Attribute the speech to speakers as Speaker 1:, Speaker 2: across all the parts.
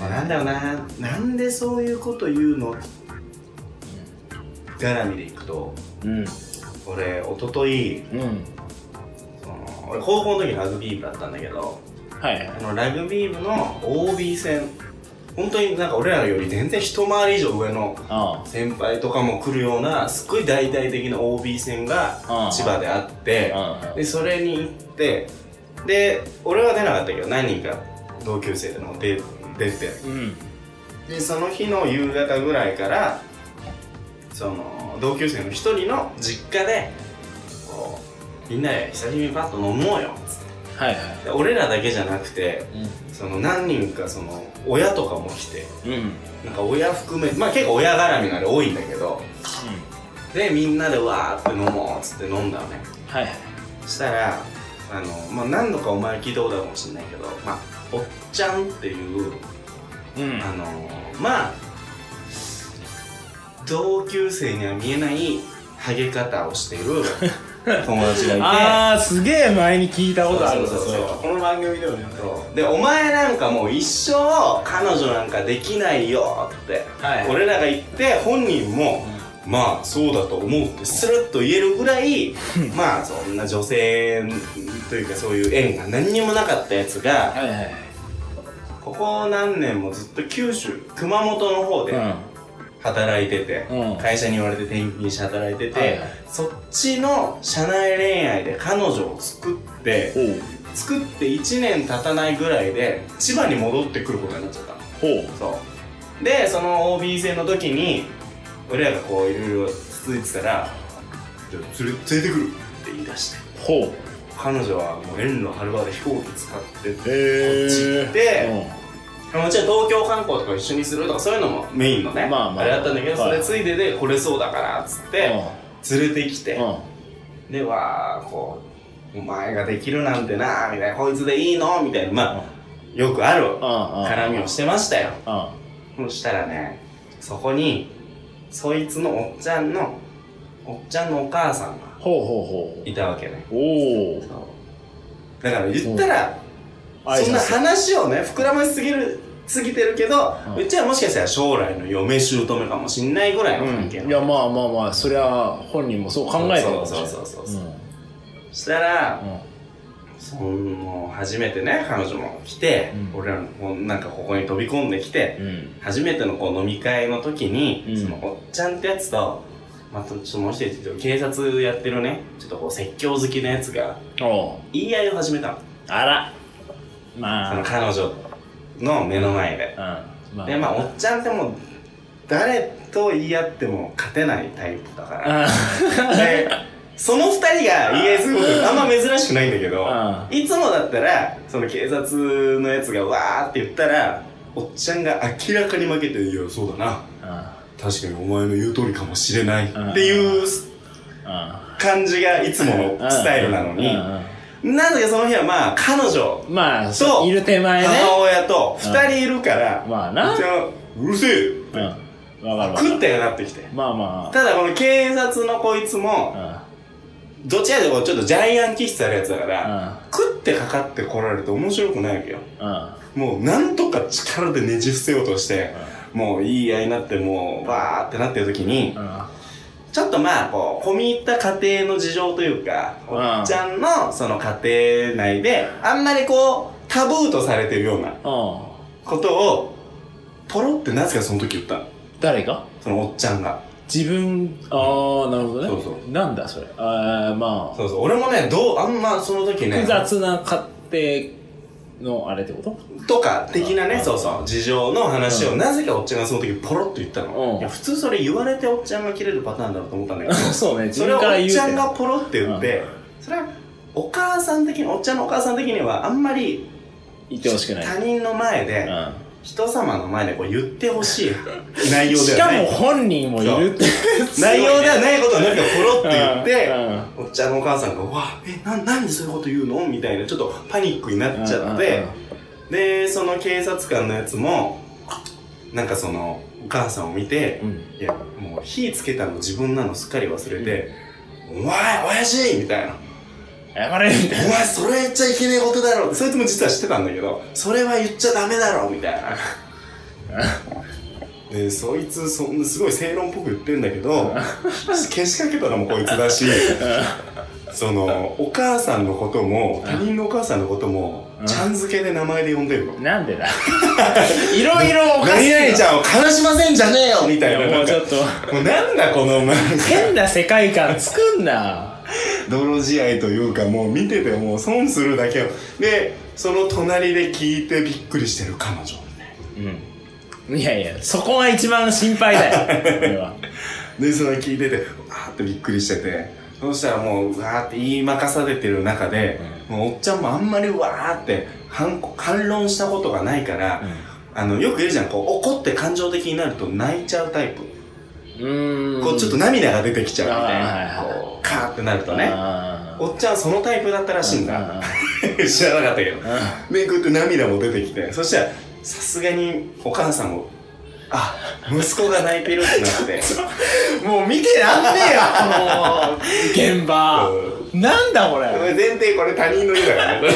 Speaker 1: なんだろうななんでそういうこと言うの絡みでいくと
Speaker 2: うん
Speaker 1: 俺一昨日
Speaker 2: うん
Speaker 1: その俺高校の時ラグビー部だったんだけど
Speaker 2: はい
Speaker 1: あのラグビー部の OB 戦本当になんか俺らより全然一回り以上上の
Speaker 2: あ
Speaker 1: 先輩とかも来るようなすっごい大々的な OB 戦が
Speaker 2: あ
Speaker 1: 千葉であって
Speaker 2: あ
Speaker 1: でそれに行ってで俺は出なかったけど何人か同級生での出出て
Speaker 2: うん
Speaker 1: でその日の夕方ぐらいからその同級生の一人の実家でこうみんなで久しぶりにパッと飲もうよつって
Speaker 2: はいはい
Speaker 1: で俺らだけじゃなくて
Speaker 2: う
Speaker 1: その何人かその親とかも来て
Speaker 2: んうん
Speaker 1: なんか親含めまあ結構親絡みがね多いんだけどでみんなでわーって飲もうっつって飲んだのね
Speaker 2: はいはい
Speaker 1: したらあの、まあ、何度かお前聞いたことあるかもしれないけど、まあ、おっちゃんっていう
Speaker 2: うん
Speaker 1: あのまあ同級生には見えないハゲ方 をしている友達がいて
Speaker 2: ああすげえ前に聞いたことある
Speaker 1: そうそうそう
Speaker 2: れはこの番組でもね
Speaker 1: そうでお前なんかもう一生彼女なんかできないよって、
Speaker 2: はい
Speaker 1: 俺らが言って本人も、まあそうだと思うってスルッと言えるぐ らいまあそんな女性というかそういう縁が何にもなかったやつが
Speaker 2: はいはい
Speaker 1: ここ何年もずっと九州熊本の方で働いてて、
Speaker 2: うん
Speaker 1: 会社に言われて転勤して働いてて、
Speaker 2: はいはい
Speaker 1: そっちの社内恋愛で彼女を作って、
Speaker 2: ほう
Speaker 1: 作って1年経たないぐらいで千葉に戻ってくることになっちゃったの
Speaker 2: ほう
Speaker 1: そうでその OB 戦の時に俺らがこういろいろつついてたら「じゃあ連れ連れてくる」って言い出して
Speaker 2: ほう
Speaker 1: 彼女はもう遠路はるばる飛行機使ってて
Speaker 2: へ
Speaker 1: こっち行ってもちろん東京観光とか一緒にするとかそういうのもメインのね、
Speaker 2: まあまあ
Speaker 1: れだったんだけど、
Speaker 2: はい
Speaker 1: それついでで来れそうだからっつって連れてきて、
Speaker 2: うんうん
Speaker 1: ではこう「お前ができるなんてな」みたいな「こいつでいいの?」みたいなまあよくある絡
Speaker 2: 絡
Speaker 1: みをしてましたよ
Speaker 2: あ
Speaker 1: そしたらねそこにそいつのおっちゃんのおっちゃんのお母さんが
Speaker 2: ほうほうほう
Speaker 1: いたわけね
Speaker 2: おお
Speaker 1: だから言ったらそんな話をね膨らましすぎる過ぎてるけど、
Speaker 2: う
Speaker 1: うんちはもしかしたら将来の嫁姑かもしんないぐらいの関係
Speaker 2: うん、い
Speaker 1: な
Speaker 2: や
Speaker 1: の
Speaker 2: まあまあまあそりゃ本人もそう考えてるかもしれない
Speaker 1: そうそうそうそ
Speaker 2: う
Speaker 1: うそ
Speaker 2: ん
Speaker 1: そしたら、
Speaker 2: うん
Speaker 1: その初めてね彼女も来て、
Speaker 2: うん
Speaker 1: 俺らのこうなんかここに飛び込んできて、
Speaker 2: うん
Speaker 1: 初めてのこう飲み会の時に、
Speaker 2: うん
Speaker 1: そのおっちゃんってやつと、まあ、ちょっともう一人ちょっと警察やってるねちょっとこう説教好きなやつが
Speaker 2: おう
Speaker 1: 言い合いを始めたの
Speaker 2: あら
Speaker 1: そ
Speaker 2: ま
Speaker 1: の
Speaker 2: あ
Speaker 1: 彼女の目の前で、
Speaker 2: うんまあ
Speaker 1: でまあおっちゃんってもう誰と言い合っても勝てないタイプだから
Speaker 2: あ
Speaker 1: でその二人が言い合いすることあんま珍しくないんだけど
Speaker 2: あ
Speaker 1: いつもだったらその警察のやつがわーって言ったらおっちゃんが明らかに負けて「いやそうだな」
Speaker 2: あ
Speaker 1: 確かにお前の言う通りかもしれないっ
Speaker 2: うん
Speaker 1: ていう
Speaker 2: あ
Speaker 1: 感じがいつものスタイルなのに、なぜかその日はまあ彼女、
Speaker 2: まあ
Speaker 1: そう
Speaker 2: いる手前ね
Speaker 1: 母親と2人いるから、
Speaker 2: まあな
Speaker 1: じゃあうるせえよ
Speaker 2: うんわかる
Speaker 1: 食
Speaker 2: わ
Speaker 1: ってかかってきて。
Speaker 2: まあま
Speaker 1: ただこの警察のこいつも、
Speaker 2: あ
Speaker 1: どちらでもちょっとジャイアン気質あるやつだから、
Speaker 2: う
Speaker 1: 食ってかかってこられると面白くないわけよ。
Speaker 2: んうん
Speaker 1: もうなんとか力でねじ伏せようとして、もういい合いになってもうわーってなってる時に、
Speaker 2: うんうん
Speaker 1: ちょっとまあ、こう、込み入った家庭の事情というか、
Speaker 2: うん
Speaker 1: おっちゃんのその家庭内で、あんまりこう、タブーとされてるような
Speaker 2: うん
Speaker 1: ことを、ポロってなぜかその時言ったの。
Speaker 2: 誰が
Speaker 1: そのおっちゃんが。
Speaker 2: 自分ああなるほどね
Speaker 1: そうそう
Speaker 2: なんだそれああまあ
Speaker 1: そうそう。俺もね、どう、あんまその時ね
Speaker 2: 複、雑な家庭のあれってこと
Speaker 1: とか的な
Speaker 2: う
Speaker 1: ね、
Speaker 2: ん
Speaker 1: そうそう、事情の話
Speaker 2: う
Speaker 1: を、なぜかおっちゃんがその時ポロって言った
Speaker 2: う
Speaker 1: の。
Speaker 2: ん
Speaker 1: いや、普通それ言われておっちゃんが切れるパターンだろうと思ったんだけど、
Speaker 2: そうね、自
Speaker 1: それ
Speaker 2: 分
Speaker 1: をお
Speaker 2: から
Speaker 1: っ
Speaker 2: 言うて
Speaker 1: ちゃんがポロって言って、それは、お母さん的に、おっちゃんのお母さん的には、あんまり、
Speaker 2: 言ってほしくない。
Speaker 1: 他人の前で、
Speaker 2: う
Speaker 1: 人様の前でこう言ってほしい 内
Speaker 2: ん、
Speaker 1: 容
Speaker 2: し
Speaker 1: で
Speaker 2: か
Speaker 1: はな
Speaker 2: も
Speaker 1: い
Speaker 2: 本人もいるって。
Speaker 1: 内容ではないことをなんかポロって言って、
Speaker 2: うん
Speaker 1: おっちゃんのお母さんが「わえななんでそういうこと言うの?」みたいなちょっとパニックになっちゃって、でその警察官のやつもなんかそのお母さんを見て
Speaker 2: うんうんうん
Speaker 1: 「いやもう火つけたの自分なのすっかり忘れて「お前親父!」みたいな
Speaker 2: 謝れみたい
Speaker 1: お前それ言っちゃいけねえことだろってそいつも実は知ってたんだけどそれは言っちゃダメだろみたいな でそいつそんすごい正論っぽく言ってんだけ
Speaker 2: う
Speaker 1: ど
Speaker 2: ん
Speaker 1: 消しかけたのもこいつだし そのお母さんのことも他人のお母さんのことも
Speaker 2: うん
Speaker 1: ちゃん付けで名前で呼んでるの
Speaker 2: なん でだいろいろおかしい
Speaker 1: 何
Speaker 2: よ
Speaker 1: 々ちゃんを悲しませんじゃねえよみたい
Speaker 2: い
Speaker 1: な
Speaker 2: や
Speaker 1: な
Speaker 2: も
Speaker 1: ん
Speaker 2: うちょっ
Speaker 1: か
Speaker 2: と
Speaker 1: もうなんだこのなんか
Speaker 2: 変な世界観作んな
Speaker 1: 泥仕合というかもう見ててもう損するだけよでその隣で聞いてびっくりしてる彼女みたい
Speaker 2: うんいやいやそこが一番心配だ よ俺は
Speaker 1: なでそれ聞いててあーってびっくりしててそしたらもううわーって言いまかされてる中で、もうおっちゃんもあんまりうわーって反反論したことがないから、あのよく言うじゃんこう怒って感情的になると泣いちゃうタイプ、
Speaker 2: うん
Speaker 1: こうちょっと
Speaker 2: ね
Speaker 1: 涙が出てきちゃうみたい
Speaker 2: あ
Speaker 1: な、
Speaker 2: ーはいはい
Speaker 1: こうカーってなるとねおっちゃんそのタイプだったらしいんだ 知らなかったけどでこうやって涙も出てきてそしたらさすがにお母さんもあ息子が泣いてるってな って
Speaker 2: もう見てらんねえよこの現場なんだこ
Speaker 1: これ
Speaker 2: れ
Speaker 1: 前提これ他人の家だか らね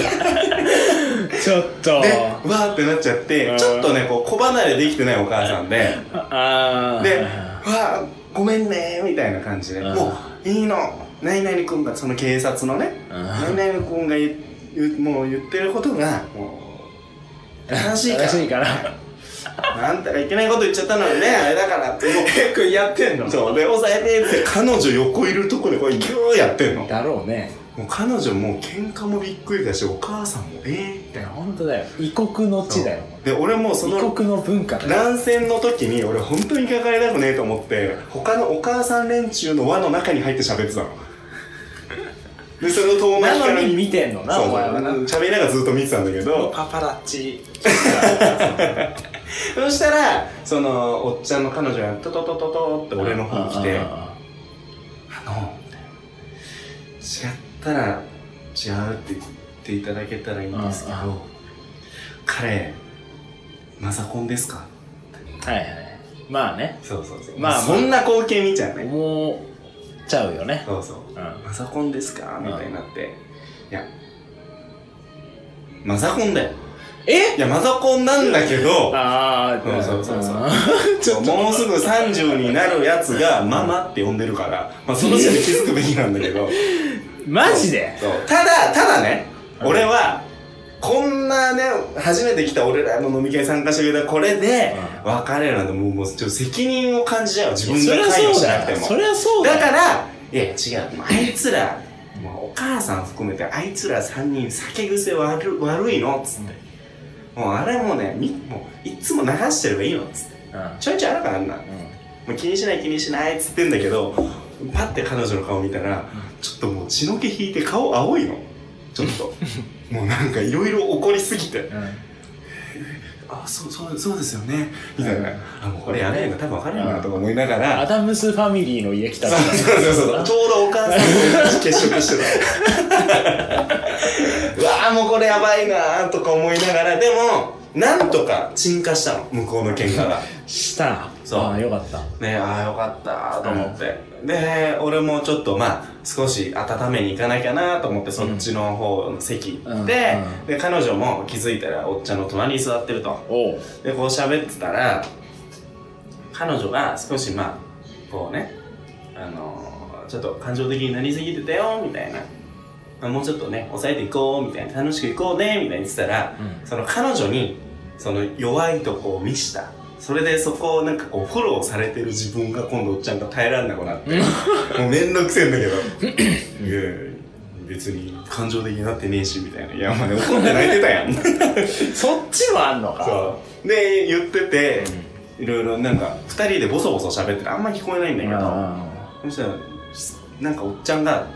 Speaker 2: ちょっと
Speaker 1: でわーってなっちゃってちょっとねこう子離れできてないお母さんで
Speaker 2: あー
Speaker 1: で「わあごめんね」みたいな感じで「
Speaker 2: うん
Speaker 1: もういいの何々君がその警察のね
Speaker 2: うん
Speaker 1: 何々君が言言もう言ってることがもう正しいか
Speaker 2: 正しいから
Speaker 1: らあんたがいけないこと言っちゃったのにねあれだ からってもう
Speaker 2: 結構やってんの
Speaker 1: そうで抑えてって彼女横いるとこでこれギューやってんの
Speaker 2: だろうね
Speaker 1: もう彼女も喧嘩もびっくりだしお母さんもえ
Speaker 2: いや本当だよ異国の地だよ
Speaker 1: えで俺もうその
Speaker 2: 異国の文化だよ
Speaker 1: 乱戦の時に俺本当にかかりたくねえと思って他のお母さん連中の輪の中に入って喋ってたのでそれを遠
Speaker 2: な
Speaker 1: 巻きから
Speaker 2: のに見てんのな
Speaker 1: そう
Speaker 2: お前はな
Speaker 1: 喋りながらずっと見てたんだけど
Speaker 2: パパラッ チ
Speaker 1: そしたらそのおっちゃんの彼女がトトトトトって俺の方に来て「
Speaker 2: あ
Speaker 1: あの」みたいな違ったら違うって言っていただけたらいいんですけ
Speaker 2: うんうん
Speaker 1: ど彼マザコンですか
Speaker 2: ーはいはいまあね
Speaker 1: そうそうそう
Speaker 2: まあ
Speaker 1: そんな光景見ちゃうね
Speaker 2: 思っちゃうよね
Speaker 1: そうそう
Speaker 2: うん
Speaker 1: マザコンですか
Speaker 2: ん
Speaker 1: みたいになって。いや、マザコンだよ。
Speaker 2: え
Speaker 1: いや、マザコンなんだけ ど、
Speaker 2: ああ
Speaker 1: そうそうそうそう
Speaker 2: ちょっと
Speaker 1: もうすぐ30になるやつがママって呼んでるから、まあその時点で気づくべきなんだけど。
Speaker 2: マジで
Speaker 1: そうただ、ただね、
Speaker 2: うん
Speaker 1: 俺は、こんなね、初めて来た俺らの飲み会参加してくれたこれで、別れるなんてもう、もう、ちょっと責任を感じちゃうよ。自分
Speaker 2: そり
Speaker 1: が
Speaker 2: ゃ
Speaker 1: 関与
Speaker 2: そう
Speaker 1: しなく
Speaker 2: だ
Speaker 1: て
Speaker 2: よ
Speaker 1: も。
Speaker 2: そりゃそうだ
Speaker 1: だ
Speaker 2: よ
Speaker 1: から、いや違う、もうあいつら、もうお母さん含めてあいつら3人酒癖悪い悪いのっつって。もうあれもね、みもういつも流してればいいのっつって。ちょいちょいあるからあんな。もう気にしない気にしないっつってんだけど、パッて彼女の顔見たら、ちょっともう血の気引いて顔青いの。ちょっ と。もうなんかいろいろ怒りすぎて。
Speaker 2: うんうん
Speaker 1: あ、そう、そう、そうですよね。みたいな
Speaker 2: うん。
Speaker 1: あ、もうこれやべえな、多分わかるよなとか思いながら
Speaker 2: ア。ダムスファミリーの家来た
Speaker 1: そうそうそうそうちょうどお母さんと同じ血色してた うわあもうこれやばいなーとか思いながらでもなんとか鎮火したの向こうの喧嘩が
Speaker 2: した
Speaker 1: そう
Speaker 2: ああよかった
Speaker 1: ねああよかったーと思って、で俺もちょっとまあ少し温めに行かなきゃなーと思ってそっちの方の席行って、
Speaker 2: うん
Speaker 1: で彼女も気づいたらおっちゃんの隣に座ってると
Speaker 2: おう
Speaker 1: でこう喋ってたら彼女が少しまあこうねあのーちょっと感情的になりすぎてたよみたいなあもうちょっとね抑えていこうみたいな楽しくいこうねみたいに言ってたら
Speaker 2: うん
Speaker 1: その彼女にその弱いとこを見したそれでそこをなんかこうフォローされてる自分が今度おっちゃんが耐えられなくなってもうめんどくせえんだけどいやいや別に感情的になってねえしみたいないやお前怒って泣いてたやん
Speaker 2: そっちもあんのか
Speaker 1: そうで言ってて、
Speaker 2: うん
Speaker 1: いろいろなんか2人でボソボソ喋ってるあんま聞こえないんだけどそしたらなんかおっちゃんが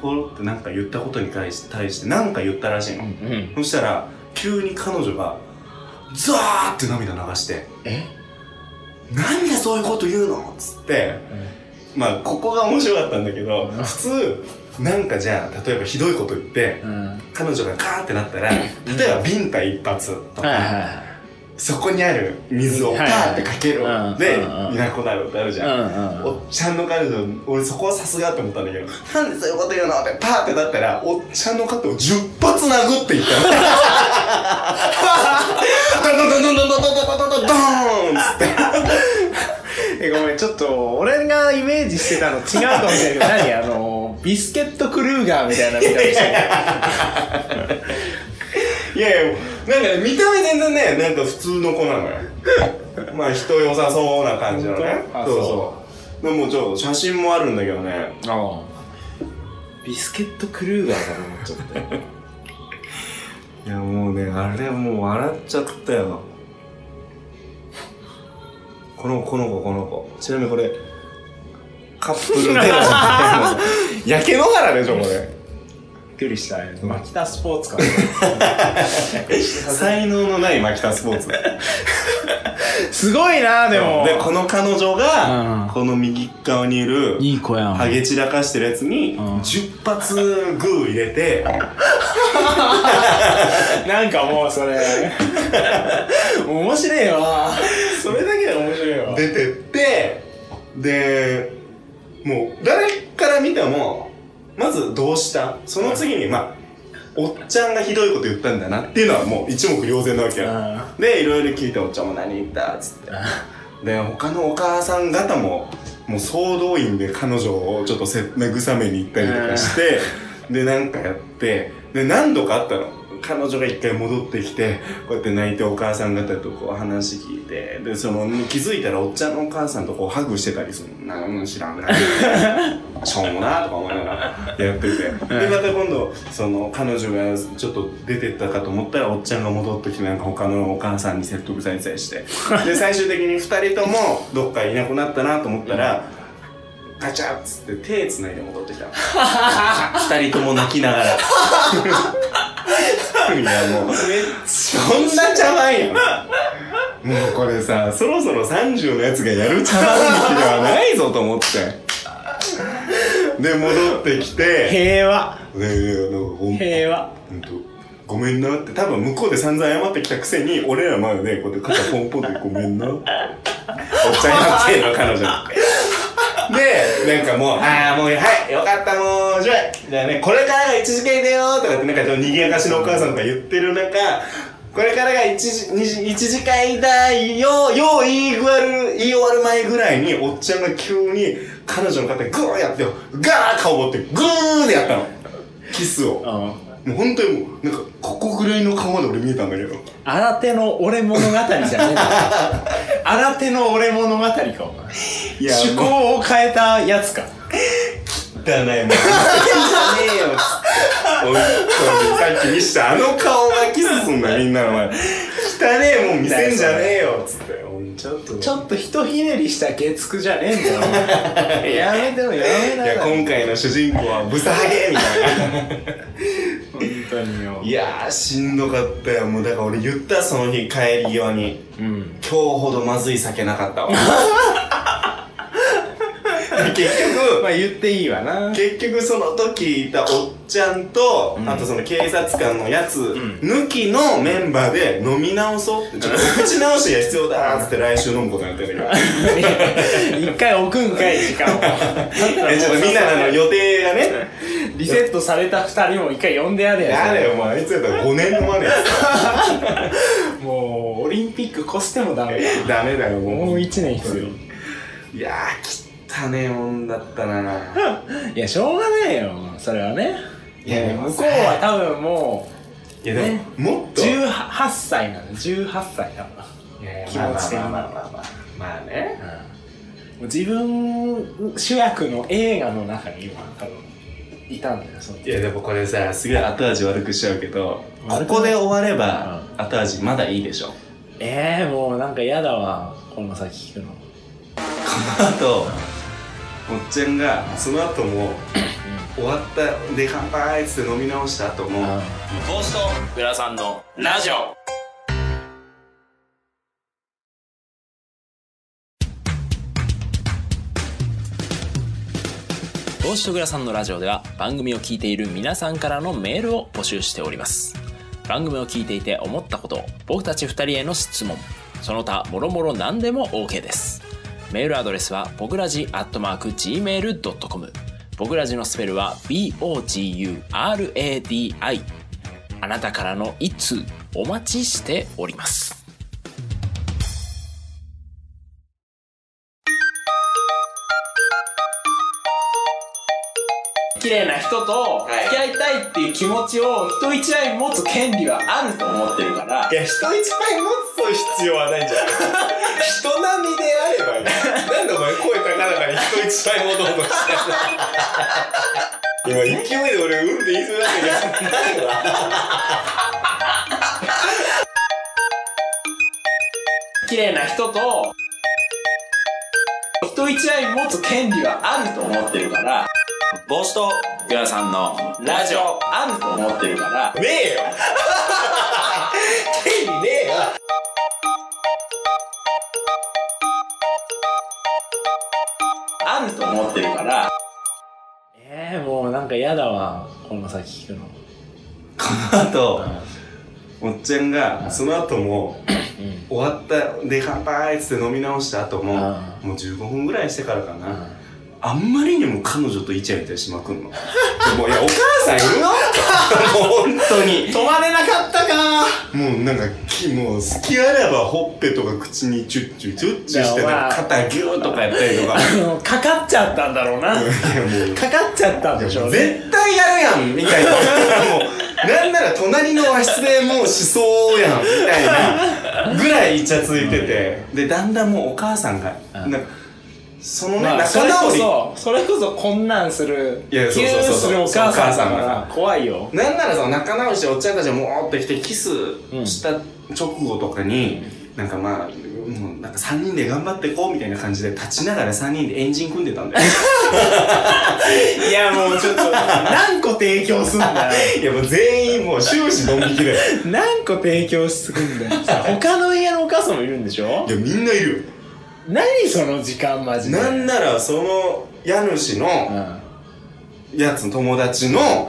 Speaker 1: ポロってなんか言ったことに対して対してなんか言ったらしいの、
Speaker 2: うんうん
Speaker 1: そしたら急に彼女がザーって涙流して
Speaker 2: え
Speaker 1: 「なんでそういうこと言うの?」っつってまあここが面白かったんだけど普通なんかじゃあ例えばひどいこと言って
Speaker 2: うん
Speaker 1: 彼女がカーってなったら例えばビンタ一発と
Speaker 2: はいはい
Speaker 1: か
Speaker 2: はい
Speaker 1: そこにある水をパーってかける
Speaker 2: はいはい
Speaker 1: で
Speaker 2: うんうん
Speaker 1: いなくなるってあるじゃ
Speaker 2: う
Speaker 1: ん
Speaker 2: ん
Speaker 1: おっちゃんの彼女俺そこはさすがって思ったんだけどなんでそういうこと言うのってパーってなったらおっちゃんの肩を10発殴っていったのドンドンドンドンドンドンドンドンドンドン
Speaker 2: メージしてたの違うかもしれないけど、何あの、ビスケットクルーガーみたいな見た目してる
Speaker 1: いやいや、なんかね、見た目全然ね、なんか普通の子なのよ。まあ人良さそうな感じのね
Speaker 2: 本。当あ
Speaker 1: そうそう。でもちょっと写真もあるんだけどね。
Speaker 2: ああビスケットクルーガーだと思っちゃったよ。
Speaker 1: いやもうね、あれもう笑っちゃったよ。この子、この子、この子。ちなみにこれ、カップルでは 焼け野原でしょ、これ。
Speaker 2: びっくりしたね。マキタスポーツかな。
Speaker 1: 才能のないマキタスポーツ。
Speaker 2: すごいな、でも。
Speaker 1: で、この彼女
Speaker 2: うん
Speaker 1: が、この右側にいる、
Speaker 2: いい子やん。
Speaker 1: ハゲ散らかしてるやつに、
Speaker 2: うん
Speaker 1: 10発グー入れて、
Speaker 2: なんかもうそれ、面白いわ。それだけで面白いわ。
Speaker 1: 出てって、で、もう、誰から見ても、まずどうしたその次に、まあ、おっちゃんがひどいこと言ったんだなっていうのはもう一目瞭然なわけよ。
Speaker 2: う
Speaker 1: で、いろいろ聞いて、おっちゃんも何言ったつって。で、他のお母さん方も、もう総動員で彼女をちょっとせ慰めに行ったりとかして、で、なんかやって、で、何度かあったの。彼女が一回戻ってきて、こうやって泣いてお母さん方とこう話聞いて、で、その、気づいたらおっちゃんのお母さんとこうハグしてたりするの。なんも知らんな。しょうもなとか思いながらやってて。で、また今度、その、彼女がちょっと出てったかと思ったら、おっちゃんが戻ってきて、なんか他のお母さんに説得されたりして。で、最終的に二人ともどっかいなくなったなと思ったら、ガチャッつって手繋いで戻ってきたの。二人とも泣きながら。 いやもう、そんな茶番やん。もうこれさ、そろそろ30のやつがやる茶番劇ではないぞと思って。で、戻ってきて、
Speaker 2: 平和。
Speaker 1: で、なんかほん
Speaker 2: 平和。
Speaker 1: ほんと、ごめんなって、多分向こうで散々謝ってきたくせに、俺らまでね、こうやって肩ポンポンってごめんなって。おっちゃんやってんの、彼女に。で、なんかもう、ああ、もう、はい、よかった、もう、じゃあ、じゃあね、これからが一時間だよとかって、なんかちょっと賑やかしのお母さんとか言ってる中、これからが一時、二時一時間だよ、よう言い終わる、言い終わる前ぐらいに、おっちゃんが急に彼女の肩グーやって、ガー顔持って、グーでやったの。キスを。
Speaker 2: うん。
Speaker 1: もう本当にもうなんかここぐらいの顔まで俺見えたんだけど
Speaker 2: 新手の俺物語じゃねえんだ。新手の俺物語か、お前。
Speaker 1: いや
Speaker 2: 趣
Speaker 1: もう
Speaker 2: 向を変えたやつか。
Speaker 1: 汚いもんじゃねえよ本当にさっき見したあの顔がキスすんだみんなの前汚えもん見せんじゃねえよつってちょっと
Speaker 2: ちょっとひとひねりした月9じゃねえんだよ。やめてもやめ
Speaker 1: い
Speaker 2: な
Speaker 1: や
Speaker 2: さい。
Speaker 1: 今回の主人公はブサハゲみたいな
Speaker 2: 本当によ
Speaker 1: い。やーしんどかったよもうだから俺言ったその日帰り際に
Speaker 2: うん。
Speaker 1: 今日ほどまずい酒なかったわ 結局
Speaker 2: まあ言っていいわ な。
Speaker 1: 結局その時いたおっちゃんと、
Speaker 2: うん
Speaker 1: あとその警察官のやつ、
Speaker 2: ん
Speaker 1: 抜きのメンバーで飲み直そうってちょっと口直しが必要だーっつって来週飲むことになってるから
Speaker 2: 一回置くんかい時間を
Speaker 1: えちょっとみんなのあの予定がね
Speaker 2: リセットされた二人も一回呼んでやれや
Speaker 1: やれよお前いつやったら5年飲まね
Speaker 2: もうオリンピック越してもダメだ
Speaker 1: えダメだよ
Speaker 2: も
Speaker 1: もう
Speaker 2: う
Speaker 1: い
Speaker 2: 一年必要
Speaker 1: やー汚ねえもんだったな
Speaker 2: いやしょうがないよそれはね
Speaker 1: いやでも
Speaker 2: もう向こうは多分も
Speaker 1: いやでも、
Speaker 2: ね
Speaker 1: もっ
Speaker 2: う
Speaker 1: と
Speaker 2: 18歳なの18歳だから
Speaker 1: いやいや
Speaker 2: 気持ち的に
Speaker 1: まあまあまあまあまあね
Speaker 2: もう自分主役の映画の中に今多分いたんだよその
Speaker 1: いやでもこれさすごい後味悪くしちゃうけどこ
Speaker 2: 悪くない
Speaker 1: こで終われば後味まだいいでしょ
Speaker 2: えー、もうなんか嫌だわこの先聞くの
Speaker 1: あとおっちゃんがその後も終わったで乾杯っつって飲み直した後も
Speaker 2: うん
Speaker 1: 投資と浦さんのラジオ
Speaker 3: 帽子とグラさんのラジオでは番組を聞いている皆さんからのメールを募集しております番組を聞いていて思ったこと僕たち2人への質問その他もろもろ何でも OK ですメールアドレスは僕らじ gmail.com 僕らじのスペルは BOGURADI あなたからの一通お待ちしております
Speaker 2: 綺麗な人と
Speaker 1: はい
Speaker 2: 付き合いたいっていう気持ちを人一倍持つ権利はあると思ってるから
Speaker 4: いや、人一倍持つ必要はないんじ ゃない人並みであればいい。なんでお前声高々に人一倍持とうとして んの今勢いで俺、うんって言いそうになったけど、ないわ。
Speaker 2: 綺麗な人と人一倍持つ権利はあると思ってるから
Speaker 3: 帽子とグラさんのラジオ
Speaker 2: あると思ってるから
Speaker 4: ねえよ権利ねえよ
Speaker 2: あると思ってるからえー、もうなんか嫌だわこの先聞くの
Speaker 1: あとおっちゃんがその後も
Speaker 2: うん
Speaker 1: 終わったで乾杯っつって飲み直した後も
Speaker 2: あ
Speaker 1: もう15分ぐらいしてからか
Speaker 2: うん
Speaker 1: なあんまりにも彼女とイチャイチャしまくん のもういやお母さんいるのもう本当に
Speaker 2: 止まれなかったか
Speaker 1: もうなんかきもう隙あればほっぺとか口にチュッチュチュッチュして
Speaker 2: いやま
Speaker 1: な
Speaker 2: あ
Speaker 1: んか肩ギューとかやったりと かい
Speaker 2: あのかかっちゃったんだろうな
Speaker 1: やもう
Speaker 2: かかっちゃったんでしょうね
Speaker 1: 絶対やるやんみ たいなもうなんなら隣の和室でもうしそうやんみたいなぐらいイチャついてて、でだんだんもうお母さんが、
Speaker 2: うん
Speaker 1: なんかそのね、
Speaker 2: まあ、そ
Speaker 1: 仲
Speaker 2: れ
Speaker 1: 直
Speaker 2: こ
Speaker 1: り
Speaker 2: そそれこそこんなんする
Speaker 1: いやそうそうそうそう
Speaker 2: キューするお母さんだ
Speaker 1: お母
Speaker 2: か
Speaker 1: さんが
Speaker 2: ら怖いよ
Speaker 1: なんならその仲直りしておっちゃんたちがもーって来てキスした直後とかに、なんかまあもうなんか3人で頑張ってこうみたいな感じで立ちながら3人でエンジン組んでたんだよ
Speaker 2: いやもうちょっ と何個提供すんだよ
Speaker 1: いやもう全員もう終始ドン引きだよ
Speaker 2: 何個提供するんだよさ他の家のお母さんもいるんでしょ
Speaker 1: いやみんないる
Speaker 2: 何その時間マジで
Speaker 1: なんならその家主
Speaker 2: う
Speaker 1: の
Speaker 2: んうん
Speaker 1: やつの友達の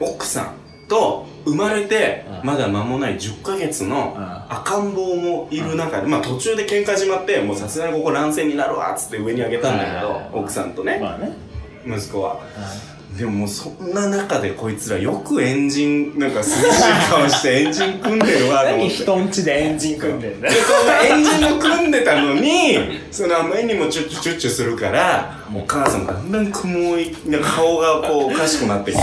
Speaker 1: 奥さんと生まれて
Speaker 2: うん
Speaker 1: まだ間もない10ヶ月の
Speaker 2: うん
Speaker 1: 赤ん坊もいる中で、まあ途中で喧嘩始まってもうさすがにここ乱戦になるわっつって上に上げたんだけ
Speaker 2: はいはいはい
Speaker 1: ど奥さんとね
Speaker 2: まあね
Speaker 1: 息子はでももうそんな中でこいつらよくエンジンなんか涼しい顔してエンジン組んでるわと 思
Speaker 2: 何
Speaker 1: って
Speaker 2: 人んちでエンジン組んでんだよ
Speaker 1: でそんなエンジンも組んでたのにそのあまりにもチュッチュチュッチュするからお母さんがだんだん雲いなんか顔がこうおかしくなってきて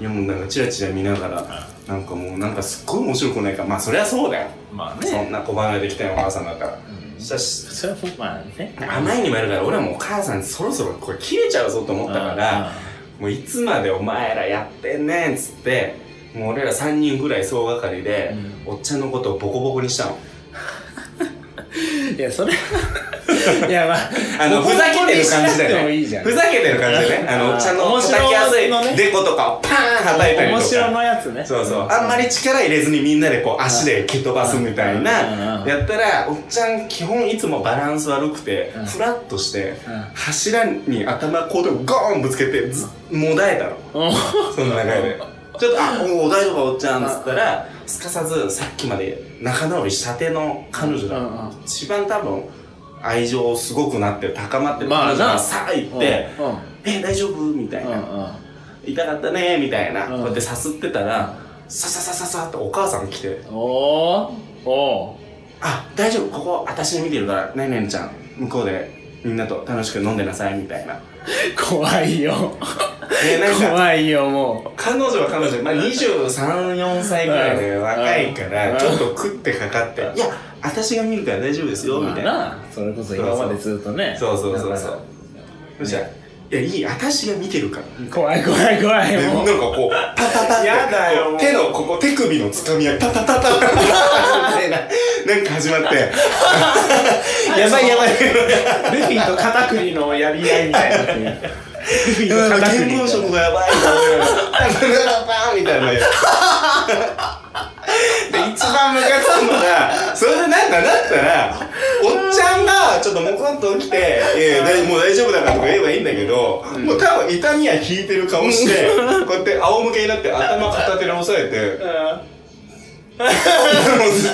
Speaker 1: いやもうなんかチラチラ見ながらなんかもうなんかすっごい面白くないからまあそりゃそうだよ
Speaker 2: まあ
Speaker 1: そんな小離れできたよお母さんだからそしたらし
Speaker 2: それもまあね
Speaker 1: あまりにもやるから俺はもうお母さんそろそろこれ切れちゃうぞと思ったからもういつまでお前らやってんねんっつってもう俺ら3人ぐらい総がかりで、おっちゃんのことをボコボコにしたの
Speaker 2: いやそれはいやまあ
Speaker 1: あの、ふざけて
Speaker 2: ボコボ
Speaker 1: る感じだ
Speaker 2: コにしなくて
Speaker 1: よ
Speaker 2: もい
Speaker 1: ね。
Speaker 2: いじゃん
Speaker 1: ふざけてる感じだよね。あ
Speaker 2: あー
Speaker 1: の、ちゃん
Speaker 2: 面
Speaker 1: と
Speaker 2: 白
Speaker 1: 叩きやすい
Speaker 2: のね
Speaker 1: デコとかをパーン叩いたりと
Speaker 2: 面
Speaker 1: か。
Speaker 2: 白のやつね
Speaker 1: そうそう。あんまり力入れずにみんなでこう足で蹴飛ばすみたい
Speaker 2: うん
Speaker 1: な
Speaker 2: うん。
Speaker 1: やったら、おっちゃん基本いつもバランス悪くて
Speaker 2: うん、
Speaker 1: フラッとして
Speaker 2: うん、
Speaker 1: 柱に頭こうでゴーンぶつけて、ずもだえたの。
Speaker 2: うん
Speaker 1: その中で。ちょっと、あ、おう大丈夫かおっちゃんっつったら、すかさずさっきまで仲直りしたての彼女だ
Speaker 2: うんうん
Speaker 1: 一番多分、愛情すごくなって高まってる
Speaker 2: まあ
Speaker 1: 彼女
Speaker 2: な
Speaker 1: がさあ行って、
Speaker 2: うん
Speaker 1: え、大丈夫みたい
Speaker 2: うんう
Speaker 1: な。
Speaker 2: ん
Speaker 1: 痛かったねみたいな。
Speaker 2: うん
Speaker 1: こうやってさすってたら、さささささってお母さん来て、
Speaker 2: おーお
Speaker 1: あ、大丈夫、ここ私に見てるから、ねえねえちゃん、向こうでみんなと楽しく飲んでなさいみたいな。
Speaker 2: ー怖いよ
Speaker 1: え、なん か、
Speaker 2: 怖いよも
Speaker 1: 彼女は彼女、まあ、23、4歳ぐらいで
Speaker 2: うん
Speaker 1: 若いか
Speaker 2: うん
Speaker 1: ら、ちょっと食ってかかって、いや、私が見るから大丈夫です
Speaker 2: う
Speaker 1: よ、み
Speaker 2: まあ
Speaker 1: たいな。
Speaker 2: なそれこそ今までずっとね
Speaker 1: そうそうそう
Speaker 2: だ
Speaker 1: そ
Speaker 2: か
Speaker 1: う。そしたら、いや、いい、私が見てるから。
Speaker 2: ら怖い怖い怖い
Speaker 1: でな
Speaker 2: も
Speaker 1: ん
Speaker 2: う
Speaker 1: かこう、パタタって、
Speaker 2: やだよ
Speaker 1: こう
Speaker 2: もう
Speaker 1: 手の、ここ、手首のつかみ合い、タタタタタタタみたいな、なんか始まって、やばいやばい。
Speaker 2: ルフィとカタクリのやり合いみたいになってるル フィとカタク
Speaker 1: 原
Speaker 2: リ
Speaker 1: 文色
Speaker 2: の
Speaker 1: がやばいと思いながら、パンみたいな。で、一番ムカつくのが、それでなんかなったら、おっちゃんがちょっとモコンと起きて、えー、もう大丈夫だからとか言えばいいんだけど、もう多分痛みは引いてる顔して、こうやって仰向けになって頭片手で押さえて、もうずっ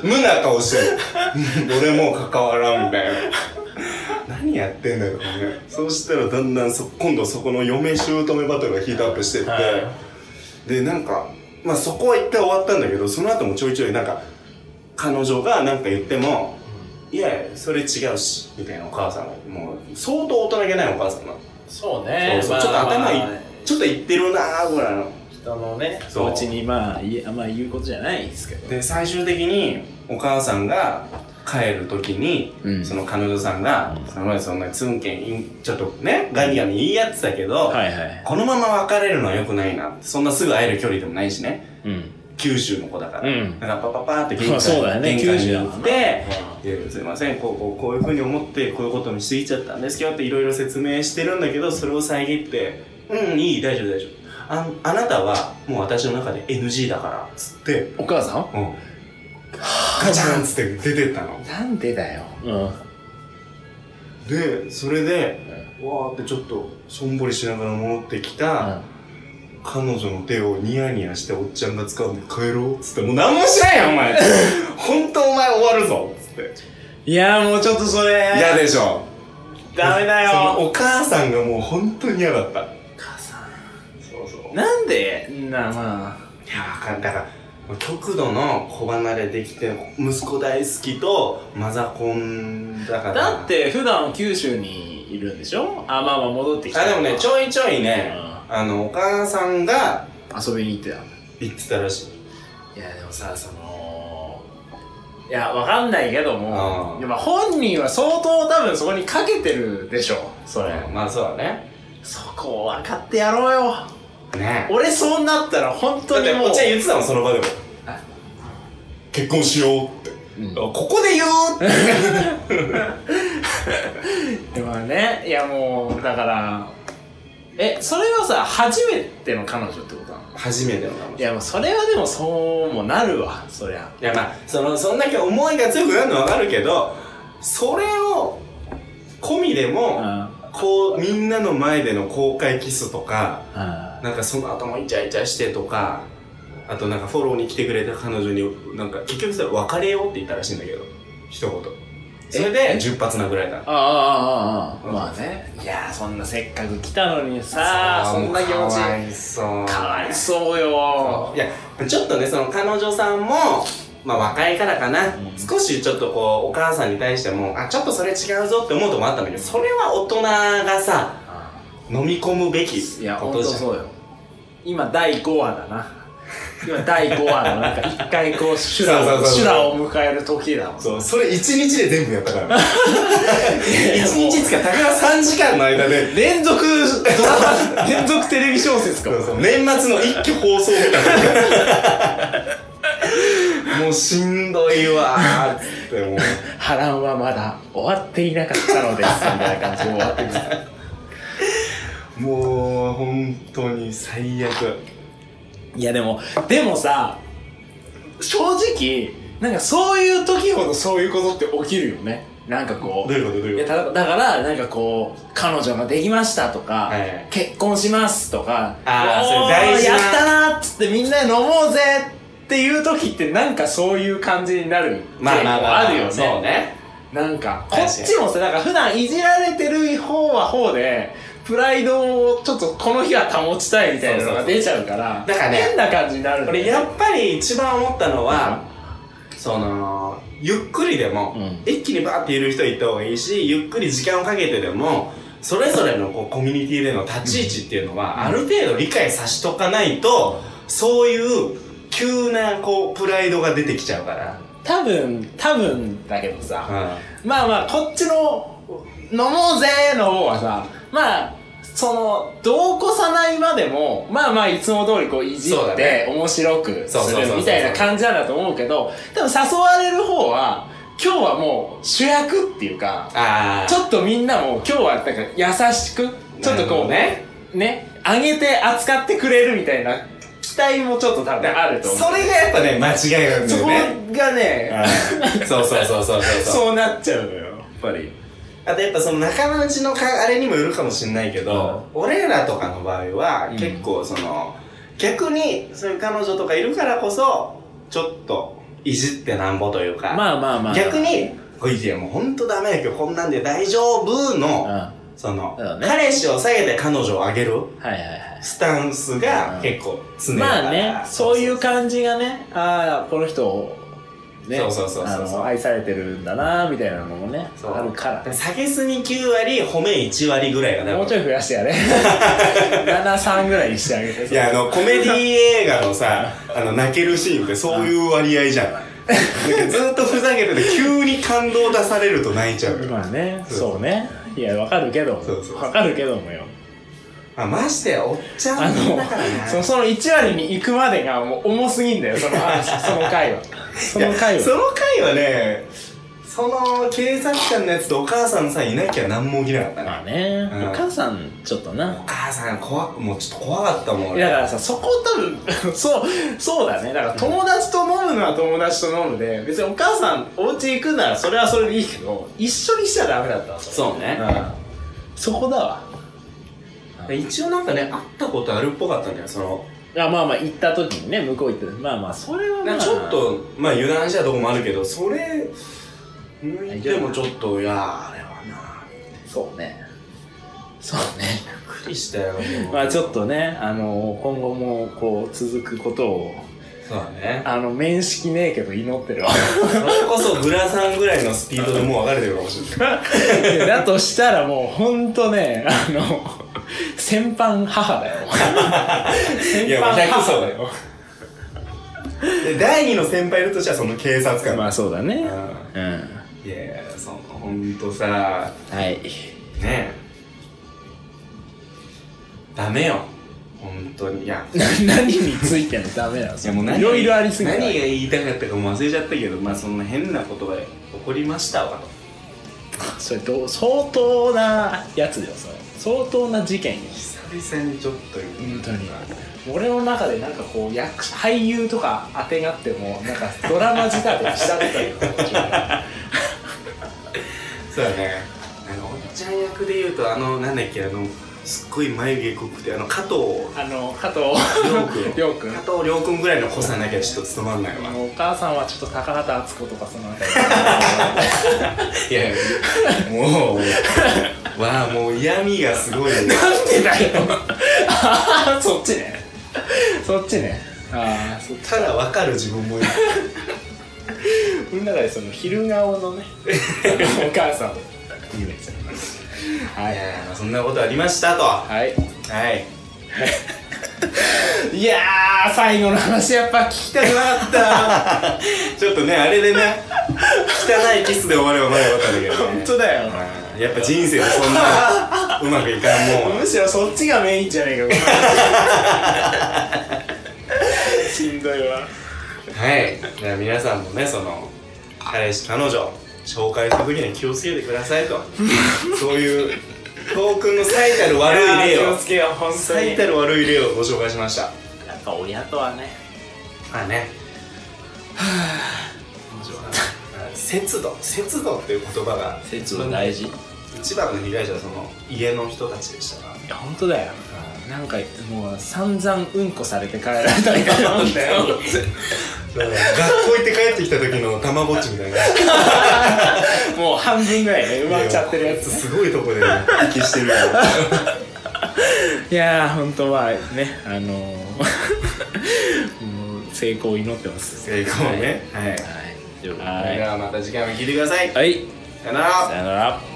Speaker 1: と無な顔してる俺もう関わらんみたいな何やってんだろうねそうしたらだんだんそ今度そこの嫁姑バトルがヒートアップしてって、でなんかまあそこは一回終わったんだけどその後もちょいちょいなんか彼女が何か言っても「いやいやそれ違うし」みたいなお母さんがもう相当大人げないお母さんなの
Speaker 4: そう
Speaker 1: ねそうそうちょっと頭いちょっと言ってるなーぐらいの
Speaker 4: 人のね
Speaker 1: そ
Speaker 2: お
Speaker 1: う
Speaker 2: うちにまあいえあんまり言うことじゃないですけど
Speaker 1: で最終的にお母さんが帰る時に、
Speaker 3: うん
Speaker 1: その彼女さんが「その前そんなツンケンいんちょっとねガニガニ言い合ってたけど、
Speaker 3: はいはい
Speaker 1: このまま別れるのは良くないなそんなすぐ会える距離でもないしね
Speaker 3: うん
Speaker 1: 九州の子だから、
Speaker 3: うん
Speaker 1: だからパパパーって玄
Speaker 3: まあそうだよ
Speaker 1: 関,、
Speaker 3: ね
Speaker 1: 玄関に
Speaker 3: 九州だ
Speaker 1: 行
Speaker 3: もん
Speaker 1: っ
Speaker 3: な
Speaker 1: て「いやすいませんこうこうこういうふうに思ってこういうことにしていちゃったんですけど」っていろいろ説明してるんだけどそれを遮って「うんいい大丈夫大丈夫ああなたはもう私の中で NG だから」っつって
Speaker 3: お母さん
Speaker 1: うんガチャンっつって出てったの
Speaker 2: なんでだよ
Speaker 3: うん
Speaker 1: でそれで、わーってちょっとしょんぼりしながら戻ってきた、彼女の手をニヤニヤしておっちゃんが掴んで帰ろうっつって「もう何もしないよお 前本当お前終わるぞ」っつって
Speaker 2: いやもうちょっとそれ
Speaker 1: 嫌でしょ
Speaker 2: ダメだ
Speaker 1: その
Speaker 2: よ
Speaker 1: お母さんがもう本当に嫌だった
Speaker 2: 母さ
Speaker 1: そうそうん
Speaker 2: なんでなあま
Speaker 1: いやわかんだから極度の子離れできて息子大好きとマザコンだか
Speaker 2: あ
Speaker 1: ら
Speaker 2: だって普段九州にいるんでしょあまあまあ戻ってきた
Speaker 1: あでもねちょいちょいね、
Speaker 2: う
Speaker 1: あのお母さんが
Speaker 2: ん遊びに行ってたんだ
Speaker 1: 言ってたらしい
Speaker 2: いやでもさそのいやわかんないけども
Speaker 1: うん
Speaker 2: やっぱ本人は相当多分そこにかけてるでしょそれ
Speaker 1: まあそうだね
Speaker 2: そこを分かってやろうよ
Speaker 1: ね
Speaker 2: 俺そうなったら本当にもう
Speaker 1: こっちは言ってたもんその場でも
Speaker 2: あ
Speaker 1: 結婚しようって、
Speaker 3: うん
Speaker 1: ここで言うっ
Speaker 2: で
Speaker 1: て
Speaker 2: もねいやもうだからえそれはさ初めての彼女ってことなの
Speaker 1: 初めてのか
Speaker 2: い
Speaker 1: もしれない
Speaker 2: やもうそれはでもそうもなるわそりゃ
Speaker 1: いやまあそのそんだけ思いが強くなるのはわかるけどそれを込みで
Speaker 2: う
Speaker 1: も、
Speaker 2: ん
Speaker 1: こうみんなの前での公開キスとか
Speaker 2: うん
Speaker 1: なんかその後もイチャイチャしてとかあとなんかフォローに来てくれた彼女になんか結局さ別れようって言ったらしいんだけど一言それで10発殴られた
Speaker 2: ああああああ
Speaker 1: うん
Speaker 2: まあねいやそんなせっかく来たのにさそんな気持ち
Speaker 1: かわいそう
Speaker 2: かわいそうよ
Speaker 1: いやちょっとねその彼女さんもまあ若いからかな、
Speaker 2: うん
Speaker 1: 少しちょっとこうお母さんに対してもあちょっとそれ違うぞって思うとこもあったんだけどそれは大人がさ飲み込むべき
Speaker 2: いや
Speaker 1: こ
Speaker 2: 本
Speaker 1: と
Speaker 2: 当
Speaker 1: じゃん
Speaker 2: そうよ今第5話だな今第5話のなんか一回こう修羅
Speaker 1: そうそう
Speaker 2: を
Speaker 1: そうそう
Speaker 2: 修羅を迎える時だもん
Speaker 1: そうそれ一日で全部やったから 一日っつかたかが3時間の間で
Speaker 2: 連続ドラマ 連続テレビ小説か
Speaker 1: そ
Speaker 2: も
Speaker 1: うそう年末の一挙放送みたいな もうしんどいわーっつってもう
Speaker 2: 波乱はまだ終わっていなかったのですみたいな感じで終わってくる
Speaker 1: もう本当に最悪
Speaker 2: いやでもでもさ正直なんかそういう時ほどそういうことって起きるよねなんかこ
Speaker 1: どういうことどう
Speaker 2: うい
Speaker 1: い
Speaker 2: や
Speaker 1: うこ
Speaker 2: ただからなんかこう彼女ができましたとか、
Speaker 1: はい
Speaker 2: 結婚しますとか
Speaker 1: あー
Speaker 2: お
Speaker 1: それ大事な
Speaker 2: やったなーっつってみんなで飲もうぜっていう時ってなんかそういう感じになる
Speaker 1: とまあまあまあ
Speaker 2: 傾向るよね
Speaker 1: そうね
Speaker 2: なんか、こ
Speaker 1: 確か
Speaker 2: っ
Speaker 1: に
Speaker 2: ちもさ、なんか普段いじられてる方は方で、プライドをちょっとこの日は保ちたいみたいなのが出ちゃうから、
Speaker 1: そうそうそうだからね
Speaker 2: 変な感じになるんだ
Speaker 1: こ
Speaker 2: よ
Speaker 1: れやっぱり一番思ったのは、そのゆっくりでも、
Speaker 3: うん
Speaker 1: 一気にバーっている人いた方がいいしゆっくり時間をかけてでもそれぞれのこうコミュニティでの立ち位置っていうのは、ある程度理解さしとかないとそういう急なこうプライドが出てきちゃうから、
Speaker 2: 多分、多分だけどさ、
Speaker 1: うん
Speaker 2: まあまあ、こっちの、飲もうぜーの方はさ、まあ、その、度を越さないまでも、まあまあ、いつも通りこう、いじ
Speaker 1: そう
Speaker 2: っ
Speaker 1: だ
Speaker 2: て
Speaker 1: ね、
Speaker 2: 面白く
Speaker 1: そう
Speaker 2: す
Speaker 1: そうそうそ
Speaker 2: る
Speaker 1: う
Speaker 2: みたいな感じなんだと思うけど、多分誘われる方は、今日はもう主役っていうか、
Speaker 1: あ
Speaker 2: ち
Speaker 1: っ
Speaker 2: ょっとみんなも今日はなんか優しくちょっとこうねね上げて扱ってくれるみたいな期待もちょっと多分あると思う
Speaker 1: それがやっぱね間違いなんだ
Speaker 2: そ
Speaker 1: よ
Speaker 2: こ
Speaker 1: ね
Speaker 2: がね
Speaker 1: うんそうそうそうそうそうそう
Speaker 2: そうなっちゃうのよやっぱり
Speaker 1: あとやっぱその仲間内のかあれにもよるかもしれないけど、俺らとかの場合は
Speaker 2: うん
Speaker 1: 結構その、逆にそういう彼女とかいるからこそちょっといじってなんぼというか、
Speaker 2: まあまあまあ
Speaker 1: 逆に「こいついやもうほんとダメだけどこんなんで大丈夫の」その、
Speaker 3: そうだね
Speaker 1: 彼氏を下げて彼女を上げる
Speaker 3: はいはいはい
Speaker 1: スタンスが結構常だから、
Speaker 2: まあねそういう感じがねああこの人ね
Speaker 4: そうそうそうそう
Speaker 2: あの愛されてるんだなみたいなのもね
Speaker 1: そう
Speaker 2: あるから
Speaker 1: 下げすみ9割褒め1割ぐらいがね
Speaker 2: もうちょい増やし てやれ73ぐらいにしてあげて
Speaker 4: いやあのコメディ映画の さあの泣けるシーンってそういう割合じゃんなんかずっとふざけてて急に感動出されると泣いちゃうよ
Speaker 2: まあね
Speaker 4: そう
Speaker 2: そうねいやわかるけど
Speaker 4: そうそう
Speaker 2: わかるけどもよ
Speaker 1: あましてやおっちゃ
Speaker 2: あ
Speaker 1: ん
Speaker 2: の
Speaker 1: だからね
Speaker 2: そのその1割に行くまでがもう重すぎんだよそのあその 回はその回
Speaker 4: そ
Speaker 2: は
Speaker 4: の回はね
Speaker 1: その警察官のやつとお母さんさえいなきゃ何も起きなかったね
Speaker 2: まあね
Speaker 1: うん
Speaker 2: お母さんちょっとな
Speaker 1: お母さん怖くもうちょっと怖かったもん
Speaker 2: いやだ
Speaker 1: 俺
Speaker 2: からさそこ多分 そうそうだねだから友達と飲むのは友達と飲むで別にお母さんお家行くならそれはそれでいいけど一緒にしちゃダメだったわそれ
Speaker 1: そうね
Speaker 2: うんそこだわ
Speaker 1: 一応なんかね会ったことあるっぽかったんだよその
Speaker 2: あまあまあ行った時にね向こう行ってまあまあそれはま
Speaker 1: な
Speaker 2: あ
Speaker 1: んかちょっとまあ油断したとこもあるけどそれ抜いてもちょっといやあれはな
Speaker 2: そうねそうね
Speaker 1: びっくりしたよもう
Speaker 2: まあちょっとね、あの今後もこう続くことを、
Speaker 1: そうだね
Speaker 2: あの、面識ねえけど祈ってるわ。
Speaker 1: それこそグラさんぐらいのスピードでもう別れてるかもしれない
Speaker 2: だとしたらもうほんとね、あの、先般母だよ。先
Speaker 4: いや
Speaker 2: 般
Speaker 4: もう100
Speaker 2: 母
Speaker 4: そうだよ
Speaker 1: で第二の先輩いるとしたらその警察官
Speaker 2: まあそうだね。
Speaker 1: う
Speaker 2: うん。
Speaker 1: んいやいやそのほんとさ
Speaker 2: はい。
Speaker 1: ねえダメよ本当にいや
Speaker 2: な何についてのダメなの
Speaker 1: いやもう何
Speaker 2: ろいろありすぎ
Speaker 1: 何が
Speaker 2: て。
Speaker 1: 言いたかったかも忘れちゃったけどまあそんな変な言葉で怒りましたわと
Speaker 2: それどう、相当なやつよ、それ。相当な事件よ。
Speaker 1: 久々にちょっと
Speaker 2: 本当に俺の中でなんかこう役俳優とか当てがってもなんかドラマ仕立てにしたってたよ
Speaker 1: そうだねあのおっちゃん役で言うとあのなんだっけあのすっごい眉毛濃くてあの 加藤
Speaker 2: あの加藤
Speaker 1: 涼君
Speaker 2: 涼君
Speaker 1: 加藤涼君ぐらいの濃さなきゃちょっと務まんないわ
Speaker 2: お母さんはちょっと高畑敦子とかそのあたり
Speaker 1: い やもうわあもう嫌味がすごいね
Speaker 2: なんでだよあー そっちねそっちねああそ
Speaker 1: ただ分かる自分もいる
Speaker 2: 俺の中でその昼顔の ねお母さんいいですよはいい
Speaker 1: やーそんなことありましたとは
Speaker 2: はい
Speaker 1: い
Speaker 2: いやー最後の話やっぱ聞きたくなかった
Speaker 1: ちょっとねあれでね汚いキスで終わればまだよかったんだけどね
Speaker 2: 本当だよ
Speaker 1: うんやっぱ人生はそんなうまくいかんもんは
Speaker 2: むしろそっちがメインじゃねえかこれ しんどいわ
Speaker 1: はいじゃあ皆さんもねその彼氏彼女紹介する時には気をつけてくださいとそういうトークンの最たる悪い例
Speaker 2: やー気
Speaker 1: を
Speaker 2: をつけよう本当
Speaker 1: 最
Speaker 2: に
Speaker 1: たる悪い例をご紹介しました
Speaker 2: やっぱ親とはね
Speaker 1: まあね節度節度っていう言葉が
Speaker 3: 節度大事い
Speaker 1: 一番の被害者はその家の人たちでしたから
Speaker 2: いや本当だよなんかもう散々うんこされて帰られたみたいなもんだよ
Speaker 1: だから学校行って帰ってきた時のたまごっちみたいな
Speaker 2: もう半分ぐらい ね埋まっちゃってるやつ
Speaker 1: すごいとこで息してるや
Speaker 2: いやー本当はねあのー もう成功を祈ってます
Speaker 1: 成功ねはい
Speaker 2: はい
Speaker 3: ということで
Speaker 1: それではまた次回も聞いてください
Speaker 2: はい
Speaker 1: さよなら
Speaker 3: さよなら